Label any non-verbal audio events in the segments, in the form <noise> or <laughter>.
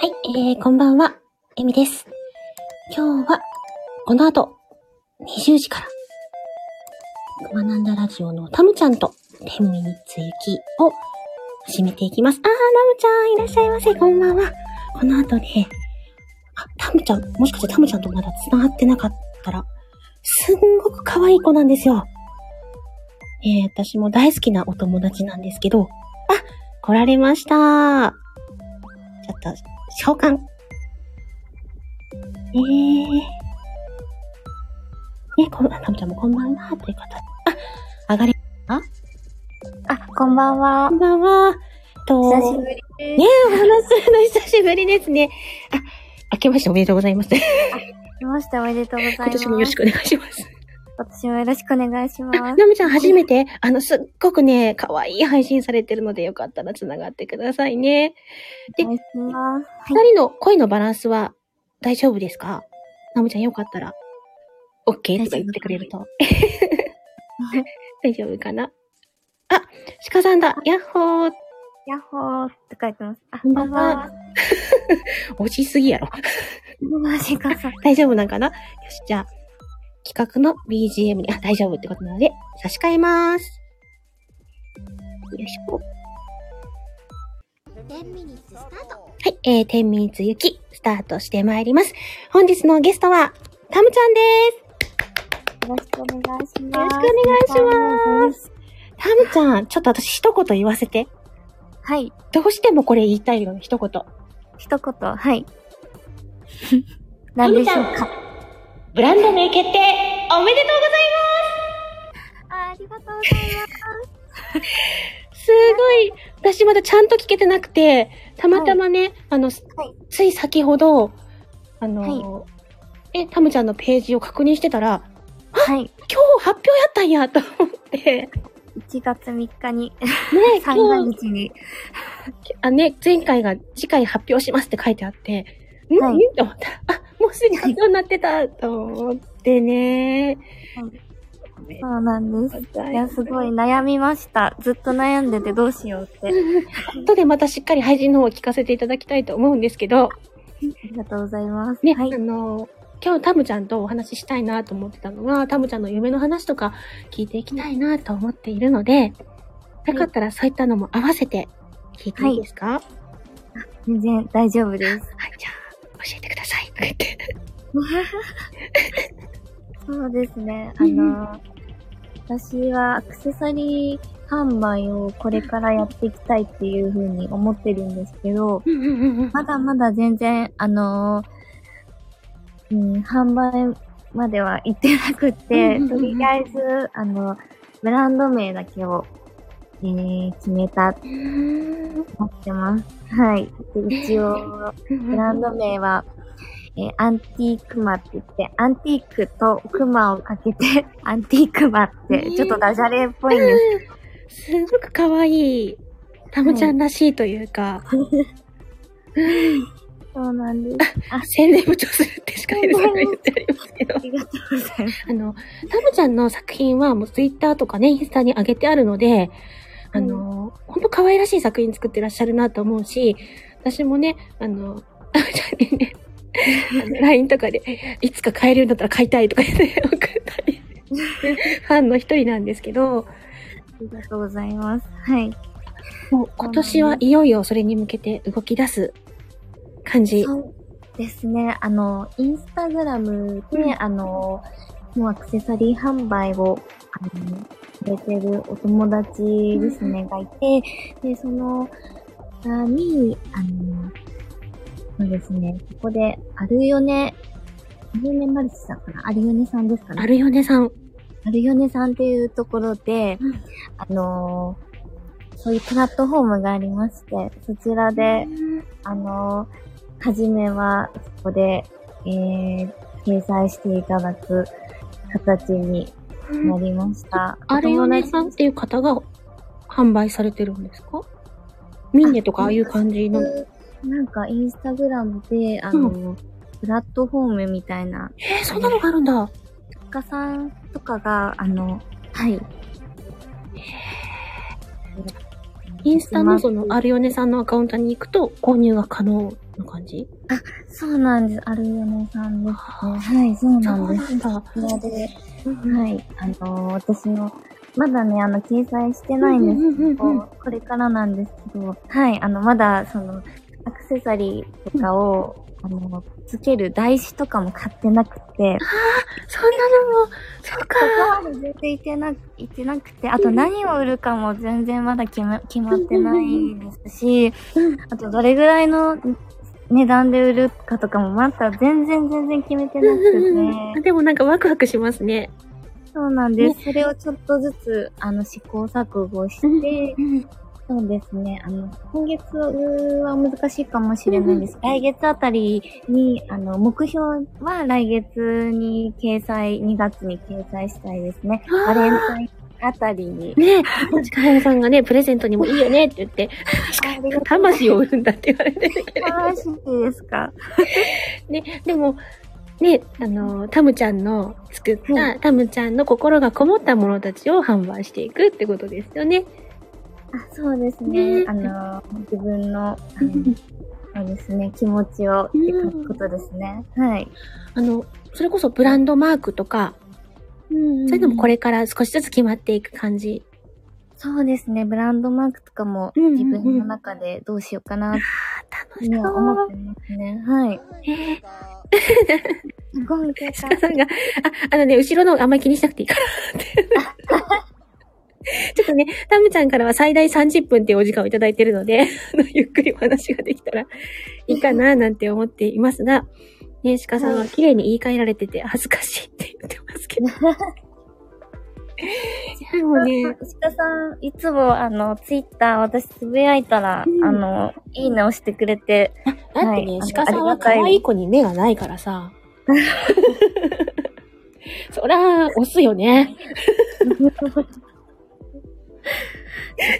はい、えー、こんばんは、えみです。今日は、この後、20時から、学んだラジオのタムちゃんと、天ミにつゆきを始めていきます。あー、ラムちゃん、いらっしゃいませ、こんばんは。この後ね、あ、タムちゃん、もしかしてタムちゃんとまだ繋がってなかったら、すんごく可愛い子なんですよ。えー、私も大好きなお友達なんですけど、あ、来られました。ちょっと、召喚。えー。ね、こん、あ、タムちゃんもこんばんは、という方。あ、上がれ、あ、こんばんはこん。ばんは。と、久しぶりです。ねお話しするの久しぶりですね。あ、明けましておめでとうございます。来ましておめでとうございます。今年もよろしく。くお願いします。私もよろしくお願いしまあ、す。ナムちゃん初めて、あの、すっごくね、可愛い配信されてるので、よかったら繋がってくださいね。でお願いします。二、人の声のバランスは大丈夫ですかナムちゃんよかったら、OK とか言ってくれると。大丈夫かなあ、鹿さんだ。ヤッホー。ヤッホーって書いてます。あ、こんばんは。惜しすぎやろ。マジかさ。大丈夫なんかなよし、じゃあ、企画の BGM に、あ、大丈夫ってことなので、差し替えます。よいしょ。はい、えー、天民つゆき、スタートしてまいります。本日のゲストは、タムちゃんです。よろしくお願いします。よろしくお願いします。タムちゃん、ちょっと私一言言わせて。はい。どうしてもこれ言いたいよね、一言。一言、 <laughs> はい。何でしょうか。ブランド名決定おめでとうございあありがとうございますすごい私まだちゃんと聞けてなくて、たまたまね、あの、はいつい先ほど、あの、え、タムちゃんのページを確認してたら、ます。はい。今日発表やったんやと思って、ね、 1月3日に、今三日が日 <laughs> に。あ、ね、前回が次回発表しますって書いてあって、ん、はいんと思ったら。あ、もうすでに発表になってたと思ってね。はいおめでとそうなんです。うござますいや、すごい。悩みました。ずっと悩んでてどうしようって。 <laughs> 後でまたしっかり配信の方を聞かせていただきたいと思うんですけど、ありがとうございます。ね、はいあ。の、今日タムちゃんとお話ししたいなと思ってたのが、タムちゃんの夢の話とか聞いていきたいなと思っているので、よかったらそういったのも合わせて聞いていいですか、はい、全然大丈夫 <laughs> です。じゃあ、教えてください。とか言って。そうです <laughs> ね。あうんの、私はアクセサリー販売をこれからやっていきたいっていうふうに思ってるんですけど、うんうんうんうん。まだまだ全然、あの、うん、販売までは行ってなくて、うんうんうんとりあえず、あの、ブランド名だけを、えー、決めた、うーん思ってます。はい。で一 <laughs> 応、ブランド名は、えーアンティークマって言って、アンティークとクマをかけて、 <laughs> アンティークマって、ちょっとダジャレっぽいんですごく可愛い。タムちゃんらしいというか、す。そうなんです。宣伝部長するってしか言ってありますけどあ。りがとうございます。あの、タムちゃんの作品はもうツイッターとかね、インスタに上げてあるので、あの、ほんと可愛らしい作品作ってらっしゃるなと思うし、私もね、あの、タムちゃんにね、あの LINE とかで、いつか買えるんだったら買いたいとか言って <laughs> ね送ったり、ファンの一人なんですけど、ありがとうございます。はい。もう今年はいよいよそれに向けて動き出す感じ。そうですね。あの、インスタグラムで、うんあの、もうアクセサリー販売を、あの、されてるお友達ですね、がいて、で、その、方に、あの、そうですね、ここで、アルヨネ、アルヨネマルチさんかなアルヨネさんですかあねるよねさん。アルヨネさんっていうところで、うんあの、そういうプラットフォームがありまして、そちらで、あの、はじめは、そこで、えー、掲載していただく形にうんなりました。あれよねさんっていう方が販売されてるんですかミンネとかああいう感じの。なんか、インスタグラムで、あの、うプラットフォームみたいな、えー、そんなのがあるんだ。作家さんとかが、あの、はい。インスタのそのあるよねさんのアカウントに行くと購入が可能の感じそうなんです。アルヨネさんですね。はい、そうなんです。そうなんだ。ので、はい、あの、私の、まだね、あの、掲載してないんですうんうんけうんうんど、これからなんですけど、はい、あの、まだ、その、アクセサリーとかを、あの、つける台紙とかも買ってなくて、そんなのも、そうかそ。こまで全然行ってなく、行ってなくて、あと何を売るかも全然まだ決ま決まってないですしうん、あとどれぐらいの値段で売るかとかもまだ全然全然決めてなくて、でもなんかワクワクしますね。そうなんです。それをちょっとずつ、あの、試行錯誤して、そうですね。あの、今月は難しいかもしれないです。来月あたりに、あの、目標は来月に掲載、2月に掲載したいですね。あーバレンタインあたりに。ねえ、ちかやさんがね、プレゼントにもいいよねって言って、ありがとう魂を売るんだって言われてるけど。楽しいですかね、でも、ね、あの、タムちゃんの作った、はタムちゃんの心がこもったものたちを販売していくってことですよね。あそうですねね。あの、自分の、あの <laughs> そうですね、気持ちをってうんことですね。はい。あの、それこそブランドマークとか、そういうのもこれから少しずつ決まっていく感じ。そうですね、ブランドマークとかもうんうんうん自分の中でどうしようかなっ楽てしね思っそう。てますね。はい。えごめんなさー、さんが、あ、あのね、後ろのあんまり気にしなくていいから <laughs> って。ちょっとね、タムちゃんからは最大30分っていうお時間をいただいてるので、あのゆっくりお話ができたらいいかななんて思っていますが、ね、鹿さんは綺麗に言い換えられてて恥ずかしいって言ってますけど。でもね、鹿さん、いつもあの、ツイッター私つぶやいたら、うんあの、いいねをしてくれて、だってはねい、鹿さんは可愛い子に目がないから <laughs> さ。そら、押すよね。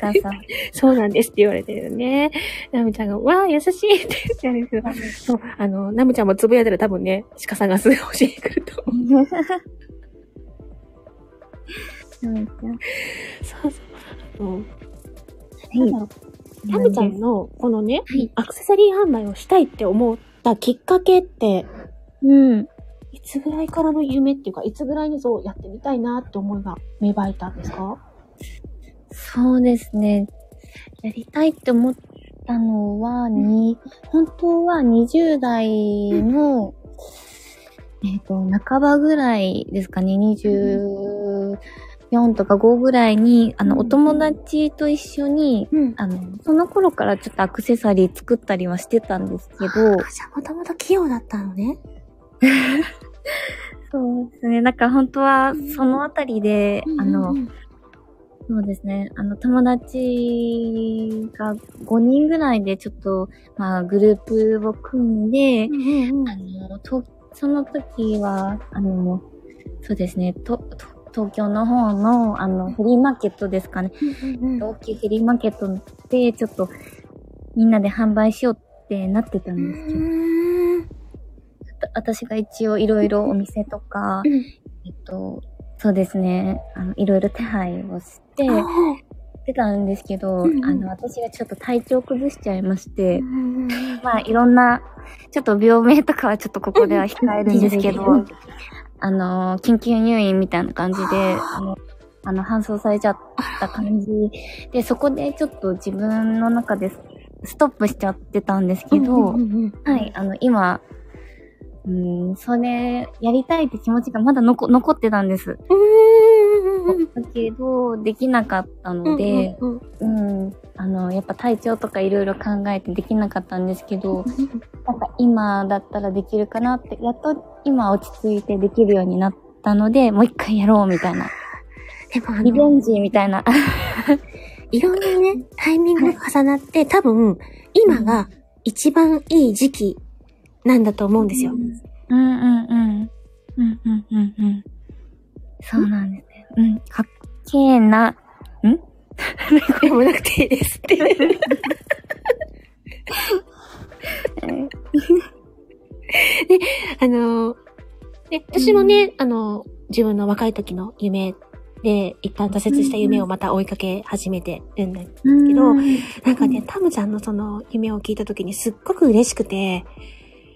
鹿 <laughs> さん。そうなんですって言われてるよね。ナムちゃんが、わあ、優しいって言ってあるけど、そう、あの、ナムちゃんもつぶやいたら多分ね、鹿さんがすぐ教えてくると思う。そうそう。うんなんだろうナムちゃんの、このねはい、アクセサリー販売をしたいって思ったきっかけって、うん。いつぐらいからの夢っていうか、いつぐらいにそうやってみたいなって思いが芽生えたんですかそうですね。やりたいって思ったのは、に、本当は20代の、えっ、と、半ばぐらいですかね、24とか5ぐらいに、あうの、んお友達と一緒に、うん。あの、その頃からちょっとアクセサリー作ったりはしてたんですけど、じゃあもともと器用だったのね。そうですね、なんか本当はそのあたりで、あのう、んそうですね。あの、友達が5人ぐらいでちょっと、まあ、グループを組んで、うんあの、とその時は、あの、そうですね、と、と東京の方の、あの、フリーマーケットですかね。うん大きいフリーマーケットで、ちょっと、みんなで販売しようってなってたんですけど、私が一応いろいろお店とか、えっと、そうですね、あの、いろいろ手配をして、ってたんですけど、うんうんあの、私がちょっと体調崩しちゃいまして、まあ、いろんな、ちょっと病名とかはちょっとここでは控えるんですけど、うんあの、緊急入院みたいな感じで、あの、あの搬送されちゃった感じで、そこでちょっと自分の中でストップしちゃってたんですけど、はい、あの、今、うん、それ、やりたいって気持ちがまだ残残ってたんです。だけど、できなかったので、うん、あの、やっぱ体調とかいろいろ考えてできなかったんですけど、なんか今だったらできるかなって、やっと今落ち着いてできるようになったので、もう一回やろうみたいな。でもあリベンの、ジみたいな。いろんなね、タイミングが重なって、多分、今が一番いい時期なんだと思うんですよう。んうんうん。うんうんうんうん。そうなんですね。うん。かっけえな。でもなくていいですって。 <laughs> あの、ね、私もね、あの、自分の若い時の夢で、一旦挫折した夢をまた追いかけ始めてるんだ。けどはい。なんかね、タムちゃんのその夢を聞いた時にすっごく嬉しくて、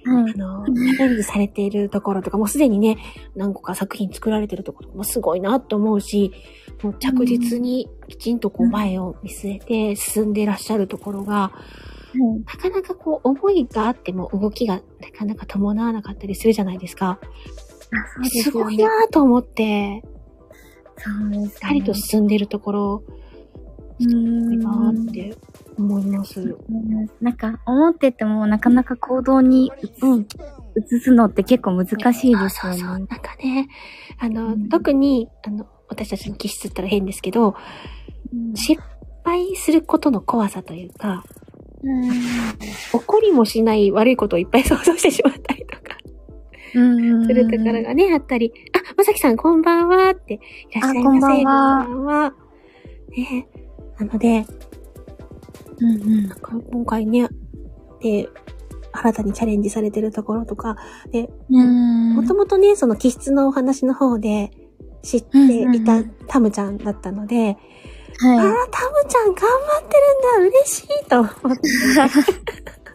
あの、チャレンジされているところとか、もうすでにね、何個か作品作られてるところもすごいなと思うし、もう着実にきちんとこううん前を見据えて進んでいらっしゃるところが、はいなかなかこう思いがあっても動きがなかなか伴わなかったりするじゃないですか。あそうですすよごいねな。と思って、そうですね。しっかりと進んでるところ、うすごいんなって思います。うんなんか、思ってても、なかなか行動にうん。移すのって結構難しいですよね。そうそう。なんかね、あの、うん特に、あの、私たちの気質って言ったら変ですけど、うん失敗することの怖さというか、うん怒りもしない悪いことをいっぱい想像してしまったりとか、うんするところがね、あったり、あ、まさきさんこんばんはって、いらっしゃいませ。あこんばんはこんばんは。ね。なので、うんうんなんか今回ね、で、新たにチャレンジされてるところとか、うんもともとね、その気質のお話の方で知っていうんうんうたんタムちゃんだったので、ああ、はタムちゃん頑張ってるんだ嬉しいと思って。い。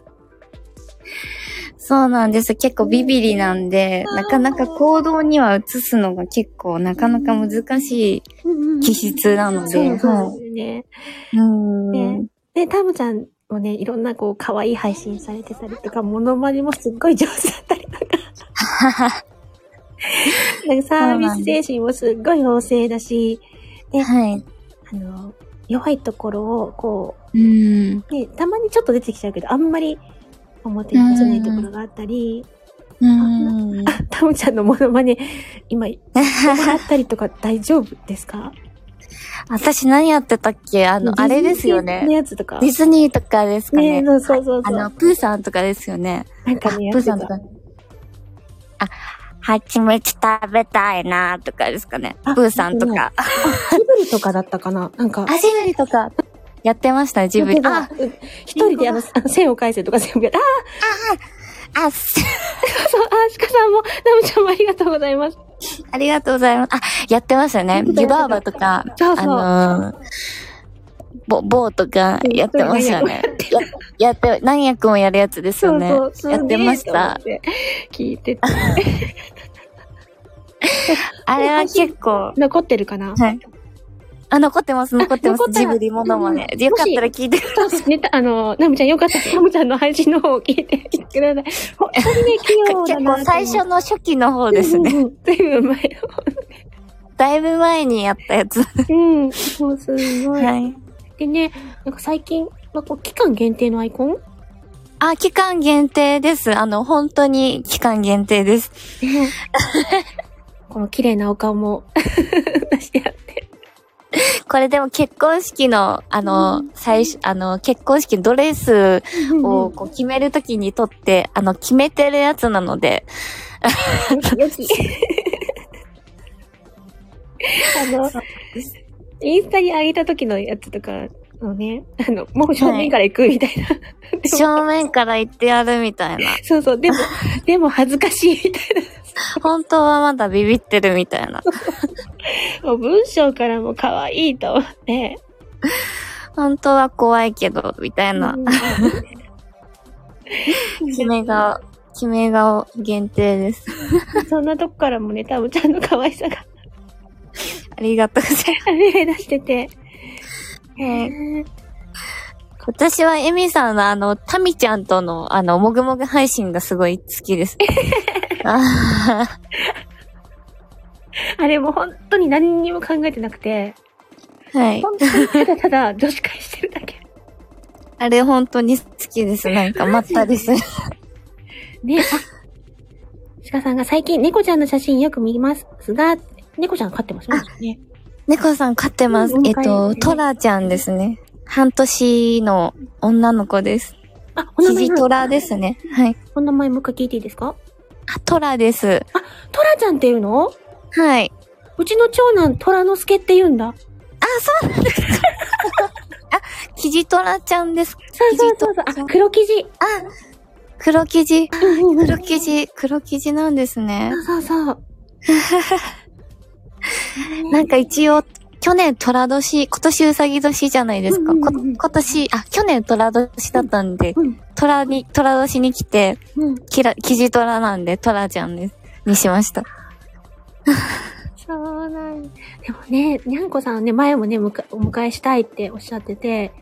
そうなんです。結構ビビリなんで、なかなか行動には移すのが結構なかなか難しい <laughs> 気質なのそうで、そうはですね。い。うんねで、タムちゃんもね、いろんなこう、可愛い配信されてたりとか、モノマネもすっごい上手だったりとか。なんかサービス精神もすっごい旺盛だし、 <laughs> はい。あの、弱いところをこう、うん。ね、たまにちょっと出てきちゃうけど、あんまり表に出せないところがあったり、 <laughs> うん。あ、タムちゃんのモノマネ、今、もらったりと <laughs> か大丈夫ですか私何やってたっけああの、あれですよねの。やつとか。ディズニーとかですかね。ねそうそうそうあそう。の、プーさんとかですよね。なんかね、やプーってさたんとか。あ、蜂蜜食べたいなとかですかね。プあーさんとか。あ、ジブリとかだったかななんか。ジブリとか。やってましたね、ジブリ。ああ、、うん一人であの、あの線を返せとか全部やった。ああ、すー、そう、あー、鹿さんも、ナムちゃんもありがとうございます。ありがとうございます。あ、やってましたね。湯婆婆とか、そうそうあのー、ぼ、ぼうとかやってましたよね。ややって、何役もやるやつですよね。そうそう、やってましたすげえと思って。聞いてて。あれは結構、残ってるかなはい。あ、残ってます、残ってま残す。ったらジブリものまね。よかったら聞いてください。ネタ、あの、ナムちゃんよかったら、ナムちゃんの配信の方を聞いてください。本当にね、器用だ結な構最初のの初期の方ですね。。ずいぶん前だいぶ前にやったや <laughs> つ。はの。うん、そうすごい。い。でね、なんか最近、まあ、こう期間限定のアイコ <laughs> ンあ、期間限定です。あの、本当に期間限定です。この綺麗なお顔 <laughs> も出してあって。これでも結婚式の、あの、最初、あの、結婚式のドレスをこう決めるときに撮って、あの、決めてるやつな <laughs> ので、よき。 <laughs> あの、インスタに上げた時のやつとかのね、あの、もう正面から行くみたいな。正面から言ってやるみたいな。そうそう、 <laughs> でも、でも恥ずかしいみたい本当はまだビビってるみたいな。な。もう文章からも可愛いと思って。本当は怖いけど、みたいな。決め顔、決め顔限定です。そんなとこからもね、タムちゃんの可愛さが <laughs> ありがとうございます。あふれ出してて。はい私はエミさんのあの、タミちゃんとのあの、もぐもぐ配信がすごい好 <laughs> きです。あーあれも本当に何にも考えてなくて、はい。本当にただただ女子会してるだけ。あれ本当に好 <laughs> きです。なんか、まったです。ね、あ、鹿さんが最近猫ちゃんの写真よく見ますが、猫ちゃん飼ってますね。猫さん飼ってますうん。えっうと、んトラちゃんですね。半年の女の子です。あ、お名キ前ジなんトラですね。はい。お名前もう一回聞いていいですかあ、トラです。トラちゃんっていうのはい。うちの長男トラノスケって言うんだ。キジトラちゃんです。そうそうそうそう。あ、キジト黒生地。あ、黒キジ。うんうんうん黒キジ、黒キジなんですね。そうそうそう。なんか一応、去年虎年、今年うさぎ年じゃないですか。うんうんこうんうん今年、あ、去年虎年だったんで、うん虎に、虎年に来て、うん。キラ、キジ虎なんで、虎ちゃんです。にしました。そうなんでもね、にゃんこさんね、前もね、むかお迎えしたいっておっしゃってて、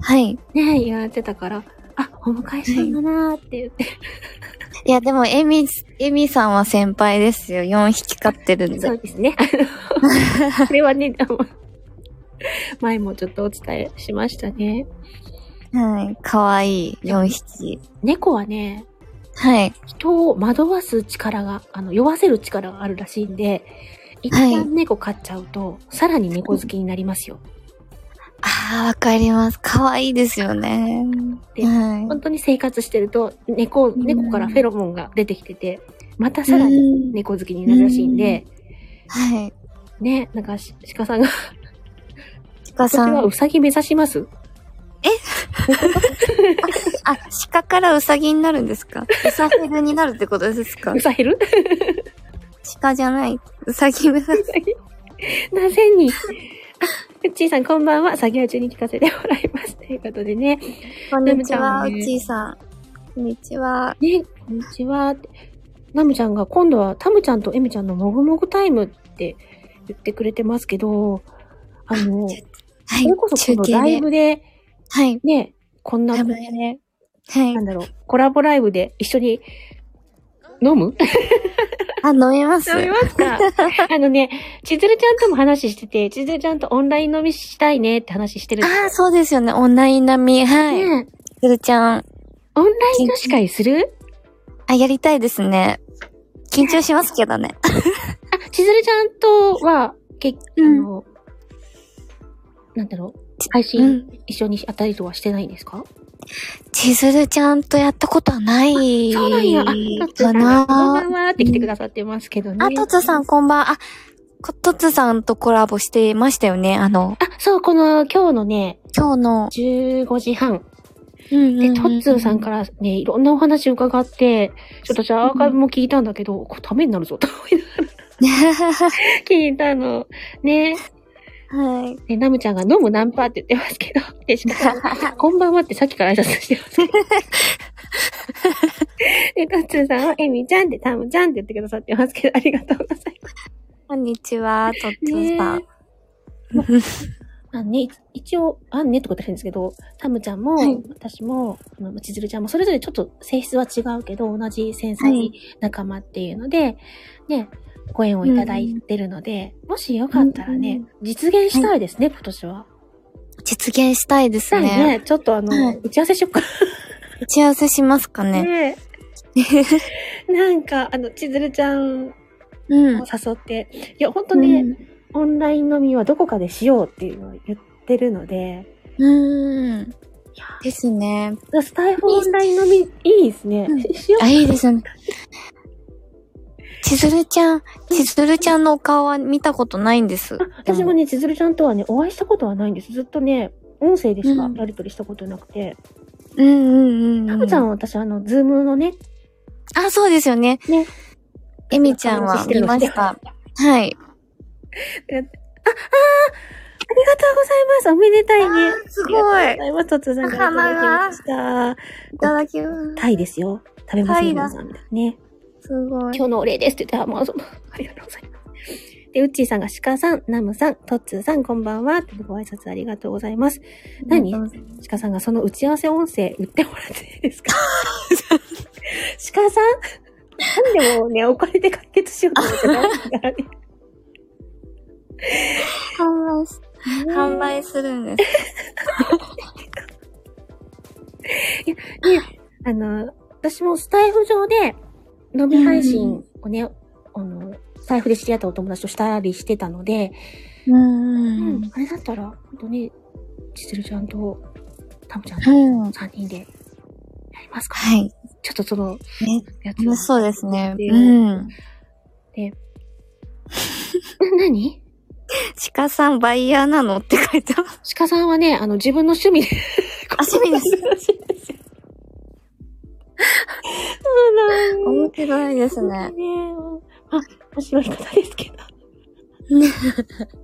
はい。ね、言われてたから、あ、お迎えしたんだなーって言って。いや、でも、エミ、エミさんは先輩ですよ。4匹飼ってるんそで。う <laughs> ですね。これはね、 <laughs> あの前もちょっとお伝えしましたね。はい。かわいい、4匹。猫はね、はい。人を惑わす力が、あの、酔わせる力があるらしいんで、一はい旦猫飼っちゃうと、さらに猫好きになりますよ。ああ、わかります。かわいいですよね。では本当に生活してると、猫、猫からフェロモンが出てきてて、またさらにうん猫好きになるらしいんで、い。はい。ね、なんかし、鹿さんが、鹿さ私はん。ウサギ目指しますあ、鹿からウサギになるんですかウサフルになるってことですかウサヘル鹿じゃない。ウサギ目指す。なぜに。あうっちーさん、こんばんは。作業中に聞かせてもらいます。 <laughs> ということでね。こんにちは、でうもちゃんねっちーさん。こんにちは。ね、こんにちはって。ナムちゃんが、今度はタムちゃんとエミちゃんのもぐもぐタイムって言ってくれてますけど、あの、そはいれこそ、中この継ライで。ブで、はい。ね、こんな、ライブでね、はいなん。だろう、コラボライブで一緒に飲むあ、飲みます。飲みますか <laughs> あのね、ちずるちゃんとも話してて、ちずるちゃんとオンライン飲みしたいねって話してるんですああ、そうですよね。オンライン並み。はい。ねえつるちゃん。オンラインの司会するあ、やりたいですね。緊張しますけどね。あ、ちずるちゃんとは、け、あうんの、なんだろう、配信。一緒にあったりとはしてないんですか、ちずるちゃんとやったことはない。そうなんや。あ、とつさかんがなこんばんはって来てくださってますけどね。あ、とつさんあ、こんばんは。あ、ことつさんとコラボしてましたよね。あの、そう、この今日のね、今日の。 15時半。うんうんで、とっつーさんからね、いろんなお話伺って、ちょっとじゃあアーカイブも聞いたんだけど、これためになるぞ、と思いながら。ら <laughs> 聞いたの。ね。 <laughs> はい。ね、ナムちゃんが飲むナンパって言ってますけど、 <laughs> で、しかもこんばんはってさっきから挨拶してます <laughs> けど。で、タッツーさんは、エミちゃんって、タムちゃんって言ってくださってますけど、ありがとうございまこんにちは、とっつす。ーさん。あね、い一応、あんねってことなんですけど、タムちゃんも、はい私も、あのちずるちゃんも、それぞれちょっと性質は違うけど、同じ繊は細い仲間っていうので、ね、ご縁をいただいてるので、もしよかったらね、実現したいですね、今年は。実現したいですさあね。ね、ちょっとあの、はい打ち合わせしよっか打ち合わせしますかね。ねえ。なんか、あの、ちずるちゃんをうん。誘って、いや、ほんとね、オンライン飲みはどこかでしようっていうのを言ってるので、うん。うん。ですね。スタイフオンライン飲み、いいですね。うんしよあ、いいですね。ちずるちゃん、ちずるちゃんのお顔は見たことないんですう。。私もね、ちずるちゃんとはね、お会いしたことはないんです。ずっとね、音声でしかうんやりとりしたことなくて。うんうんうんうたん。ぶちゃんは私、あの、ズームのね、あ、そうですよね。ね。えみちゃんは見ました。あはい。りがとうございます。おめでたいね。すごいありがとうございます。とつさんからいただきました。いただきます。タイですよ。食べますタよ、イだ皆さん。みたいなね。すごい。今日のお礼ですって言って、あ、まあ、そう、ありがとうございます。で、うっちーさんが鹿さん、ナムさん、トッツーさん、こんばんは。ご挨拶ありがとうございます。何鹿さんがその打ち合わせ音声売ってもらっていいですか鹿さんなんでもね、お金で解決しようと思ってないからね。販売す、販売するんです。あの、私もスタイフ上で飲み配信をね、あの、スタイフで知り合ったお友達としたりしてたので、うんうん。あれだったら、本当に、ちつるちゃんと、たむちゃんとうん。 3人でやりますか、はい。ちょっとその、ねやつ楽しそうですね。でうん。何鹿さんバイヤーなのって書いてます。鹿さんはね、あの、自分の趣味で。あ、趣味です。そうなん面白いですね。ね。あ、面白い方ですけど。 <laughs>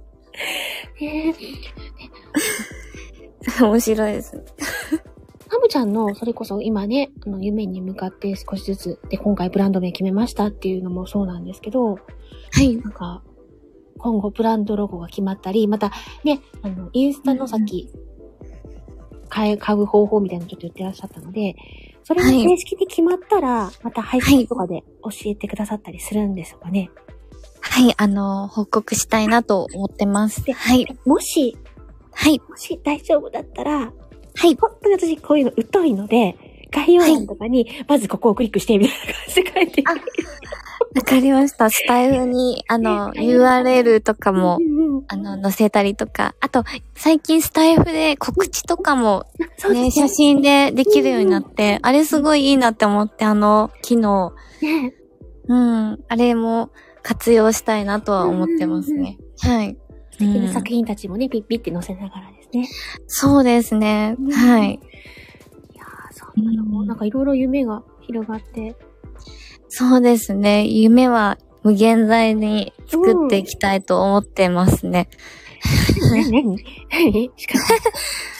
ねえ面白いですね。ハムちゃんの、それこそ今ね、あの、夢に向かって少しずつ、で、今回ブランド名決めましたっていうのもそうなんですけど、はい。なんか、今後ブランドロゴが決まったり、またね、あの、インスタのさっき、買え、買う方法みたいなのちょっと言ってらっしゃったので、それがはい正式に決まったら、また配信とかで教えてくださったりするんですかね。はい、あの、報告したいなと思ってます。はい。もし、はい。もし大丈夫だったら、はい。本当に私こういうの疎いので、概要欄とかに、まずここをクリックして、みたいな感じで書いていくあわかりました。スタイフに、あの、ねあり URL とかも、んうんあの、載せたりとか。あと、最近スタイフで告知とかもそうね、です写ね。真でできるようになって、あれすごいいいなって思って、あの、機能。ねうん。あれも活用したいなとは思ってますね。はい。素素敵な作品たちもね、ピッピって載せながらですね。そうですね。はい。いやー、そんなのも、うんなんかいろいろ夢が広がって。そうですね。夢は無限大に作っていきたいと思ってますね。 <laughs> な、なになにしか、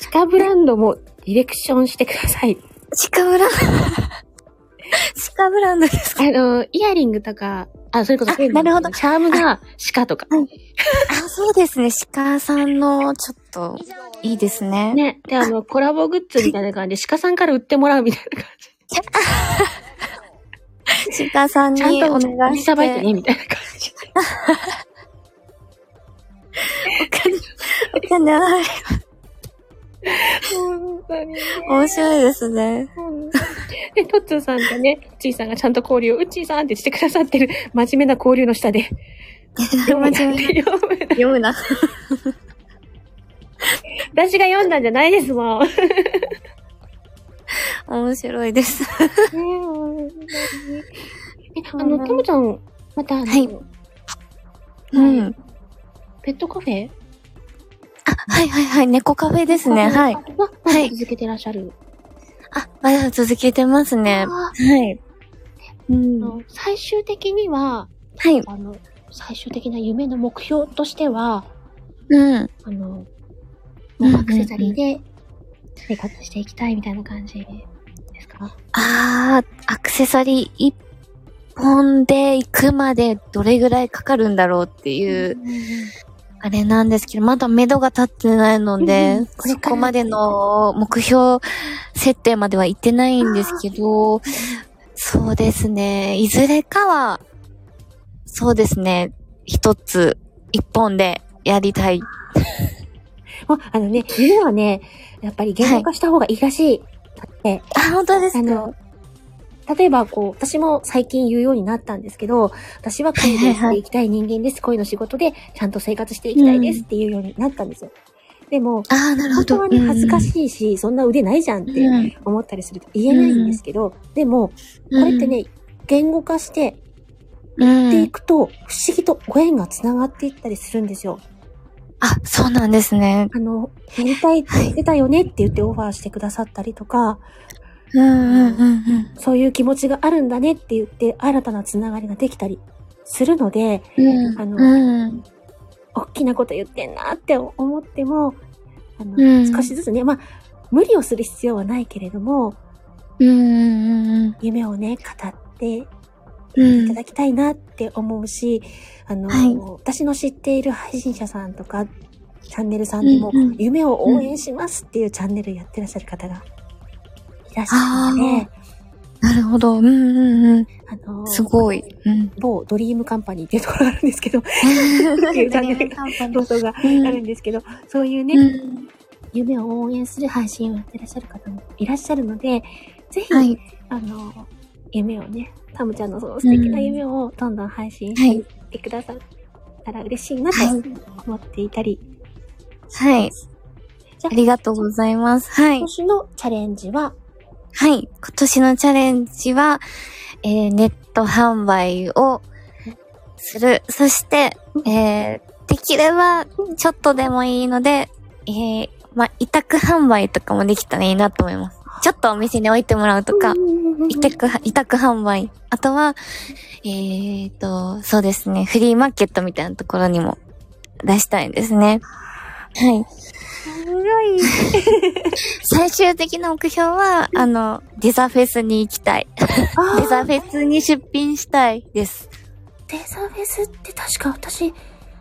シカブランドもディレクションしてください。シカ <laughs> ブランド。シカブランドで <laughs> すあかの、イヤリングとか、あ、それこそあなるほどチャームがシカとか。あ、そうですね。シカさんの、ちょっと、いいですね。ね。で、あの、コラボグッズみたいな感じで、シカさんから売ってもらうみたいな感じ。シカさんにちゃんとお願いしして。たばいてね、みたいな感じ。お金は本当にね。面白いですね。で、トッツーさんとね、うっちーさんがちゃんと交流を、うっちーさんってしてくださってる、真面目な交流の下で。 <laughs> 真面目な読むな読むな。 <laughs> 私が読んだんじゃないですもん。ね面白いです。え、本当にえ、あの、ともちゃん、また、あのはいうん。ペットカフェあ、はいはいはい。猫カフェですね。はいは。、ままだ続けてらっしゃる。あ、まだ続けてますね。あはい。うーん。あはの最終的には、い。あの、最終的な夢の目標としては、うん。あの、うんうんアクセサリーで生活していきたいみたいな感じですかあー、アクセサリー一本で行くまでどれぐらいかかるんだろうっていうう、んうんうんあれなんですけど、まだ目処が立ってないのうんうんで、これそからこまでの目標設定までは行ってないんですけど、そうですね。いずれかは、そうですね。一つ、一本でやりたい。もうあのね、夢はね、やっぱり言語化した方がいいらしい。だって、あ、本当ですあかの、例えばこう、私も最近言うようになったんですけど、私は恋をしていきたい人間です。恋の仕事でちゃんと生活していきたいですっていうようになったんですよ。でも、あー、なるほ本ど。当はね、恥ずかいしいし、そんな腕ないじゃんってうん思ったりすると言えないんですけど、でも、これって、ね、言語化してうやっていん。くと、不思議とご縁が繋がっていったりするんですよ。あ、そうなんですね。あの、やりたいって言ってたよねって言ってオファーしてくださったりとか、うんうんうんうん。そういう気持ちがあるんだねって言って、新たな繋がりができたりするので、うんあのうん。大きなこと言ってんなって思っても、あの、うん少しずつね、まあ、無理をする必要はないけれども、うんうんうん夢をね、語ってうんいただきたいなって思うし、あの、はい私の知っている配信者さんとか、チャンネルさんでもうんうん、夢を応援しますっていうチャンネルやってらっしゃる方がいらっしゃるので、なるほど。うんうんうん。あの、すごい。うん。某ドリームカンパニーっていうところがあるんですけ <laughs> ど、いうチャンネルが放送があるんですけど、そういうね、うん夢を応援する配信をやってらっしゃる方もいらっしゃるので、ぜひ、はい。あの、夢をね、タムちゃんのその素敵な夢をどんどん配信はしいていってくださったら嬉しいなとは思っていたり、はい。じゃありがとうございます。はい今。年のチャレンジは、はい。今年のチャレンジは、えーネット販売をする。そして、えーできれば、ちょっとでもいいので、えーまあ、委託販売とかもできたらいいなと思います。ちょっとお店に置いてもらうとか、委託、委託販売。あとは、えーと、そうですね、フリーマーケットみたいなところにも出したいですね。はい。 <laughs> い。最終的な目標は、あの、デザフェスに行きたい。デザフェスに出品したいです。デザフェスって確か私、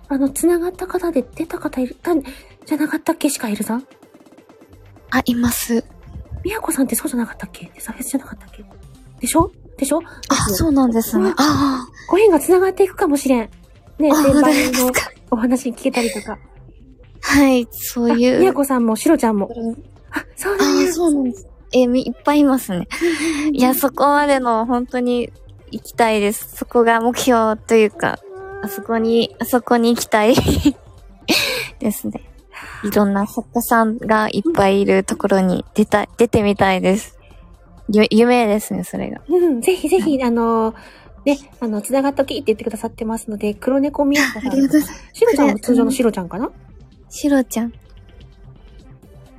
あの、繋がった方で出た方いる、たんじゃなかったっけしかいるさんあ、います。みやこさんってそうじゃなかったっけデザフェスじゃなかったっけでしょでしょあ、そうなんですね。あご縁が繋がっていくかもしれん。ね、先あ、あ、本当で輩すのか。お話聞けたりと <laughs> か。はい、そうあいみやう。こさんもしろちゃんも。あ、そうなんあで、す。そうなんです。え、みいっぱいいます <laughs> ね。いや、そこまでの本当に行きたいです。そこが目標というか、あそこに、あそこに行きたい <laughs> ですね。いろんな作家さんがいっぱいいるところに出た、出てみたいです。ゆ、夢ですね、そ <laughs> れが。うん、ぜひぜひ、あの、ね、あの、繋がったきって言ってくださってますので、黒猫みやこさん。とうございます。しろちゃんは通常のしろちゃんかなシロちゃん。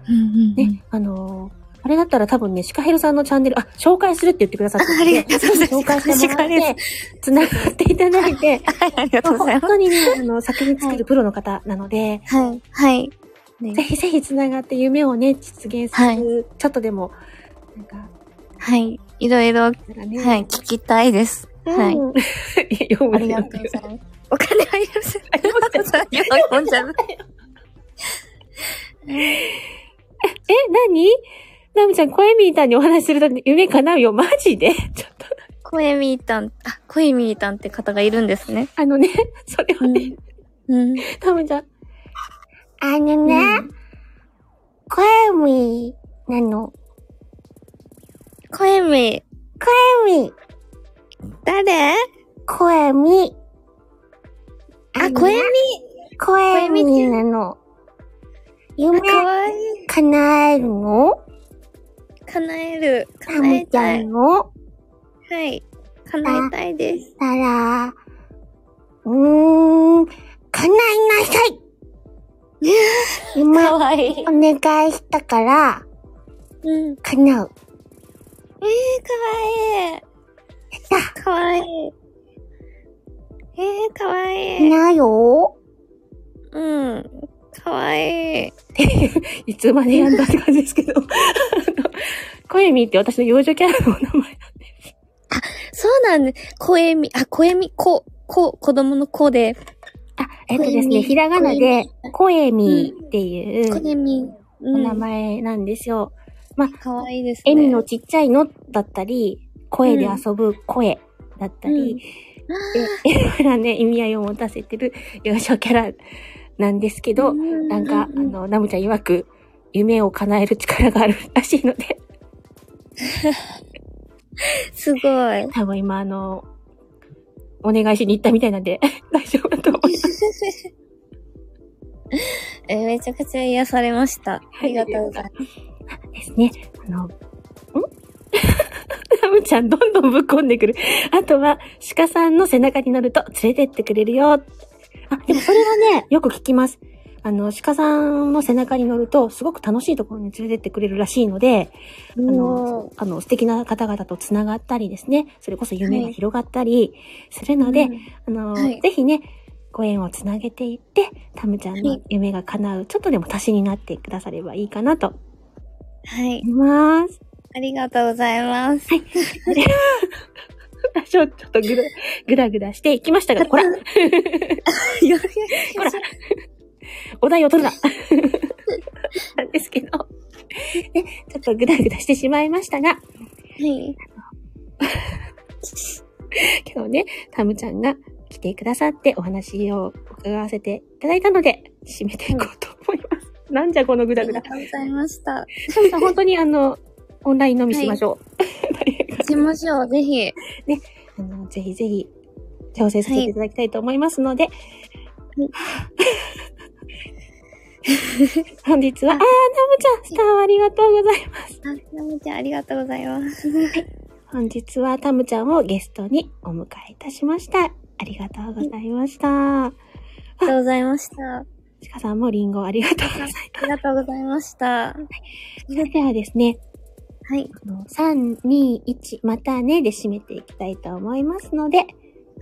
うんうん、うん。ね、あのーあれだったら多分ね、シカヘルさんのチャンネル、あ、紹介するって言ってくださってるのでありがとうございます紹介してもらシカヘって、つながっていただいて、はい、ありがとうござ本います。当にね、あの、作品作るプロの方なので、はい、はい。ぜひぜひつながって夢をね、実現する、はいちょっとでも、なんか、はい。いろいろ、はなんかね、い、聞きたいです。はい。うん。 <laughs> 読むありがとうございます。お金あります。ありがとうございます。 <laughs> え、なにナムちゃん、小エミーたんにお話しすると夢叶うよ。マジで <laughs> ちょっと、コエミータン、あ、コエミータンって方がいるんですね。あのね、 <laughs> それはね、うん。ナムちゃん、あのね、コエミなの。コエミー、コエミ、誰コエミ。あ、コエミコエミなの。夢ー、かわいい。叶えるの叶える。タ叶えムちたゃいん。のはい。叶えたいです。たら、うーん、叶いな <laughs> さい夢かおわいい。願いしたから、うん。叶う。ええー、かわいい。かわいい。ええー、かわいい。叶うよ。うん。かわいい。いつまでやんだって感じですけ <laughs> ど。あのコエミーって私の幼女キャラのお名前。そうなんです。小エミ、あ、小エミ、こ、こ、子供の子で。あ、えっとですコエね、ミひらがなで、コエミーっていうエミ。おうん、名前なんですよ。かわいいですね。エミのちっちゃいのだったり、声で遊ぶ声だったうりん、でいろいろね、意味合いを持たせてる <laughs> 幼少キャラなんですけど、なんか、あの、ナムちゃん曰く、夢を叶える力があるらしいので、すごい。え多分今、あの、お願いしに行ったみたいなんで、 <laughs> 大丈夫だと思います。めちゃくちゃ癒されました。ありがとうございます。ですね。あの、ん <laughs> ラムちゃんどんどんぶっこんでくる。あとは、鹿さんの背中に乗ると連れてってくれるよ。あ、でもそれはね、よく聞きます。あの、鹿さんの背中に乗ると、すごく楽しいところに連れてってくれるらしいので、ああの、あの、素敵な方々と繋がったりですね、それこそ夢が広がったりするので、あの、はいぜひね、ご縁をつなげていって、タムちゃんはのい夢が叶う、ちょっとでも足しになってくださればいいかなとはい思。います。ありがとうございます。多少 <laughs> ちょっとぐら、ぐらぐらしていきましたが、ほら、よほら、お題を取るな。 <laughs> なんですけど、ね、ちょっとぐらぐらしてしまいましたが、はい。今日ね、タムちゃんが来てくださってお話を伺わせていただいたので、締めていこうと思います。なんじゃこのぐあだりぐがだ。とうございました。タムさん、本当にあの、オンライン飲みしましょしましょう、ぜひ。う。あの、ぜひぜひ、調整させていただきたいと思いますので、 <laughs> 本日は、あー、ナムちゃん、スターをありがとうございます。あ、なみちゃん、ありがとうございます。本日はタムちゃんをゲストにお迎えいたしました。ありがとうございました。ありがとうございました。あちかさんもリンゴありがとうございます。りがとうございました。 <laughs> それではですね、はい。あの3、2、1、またねで締めていきたいと思いますので、は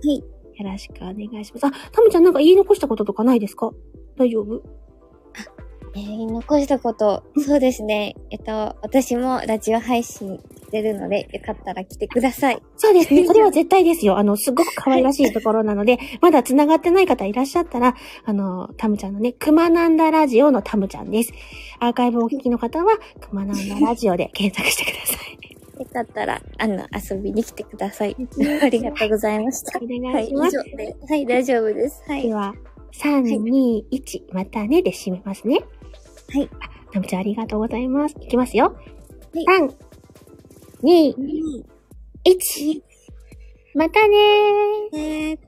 い。よろしくお願いします。あ、タムちゃんなんか言い残したこととかないですか大丈夫えー残したこと、そうですね。えっと、私もラジオ配信してるので、よかったら来てください。そうですね。それは絶対ですよ。あの、すごく可愛らしいところなので、まだ繋がってない方いらっしゃったら、あの、タムちゃんのね、くまなんだラジオのタムちゃんです。アーカイブをお聞きの方は、くまなんだラジオで検索してください。よかったら、あの、遊びに来てください。ありがとうございました。お <laughs> は願いい、以します。上で。はい、大丈夫です。はい。ではは、3、2、1、またねで締めますね。はいあ。タムちゃんありがとうございます。いきますよ。い3、2、1、またねー。えーっ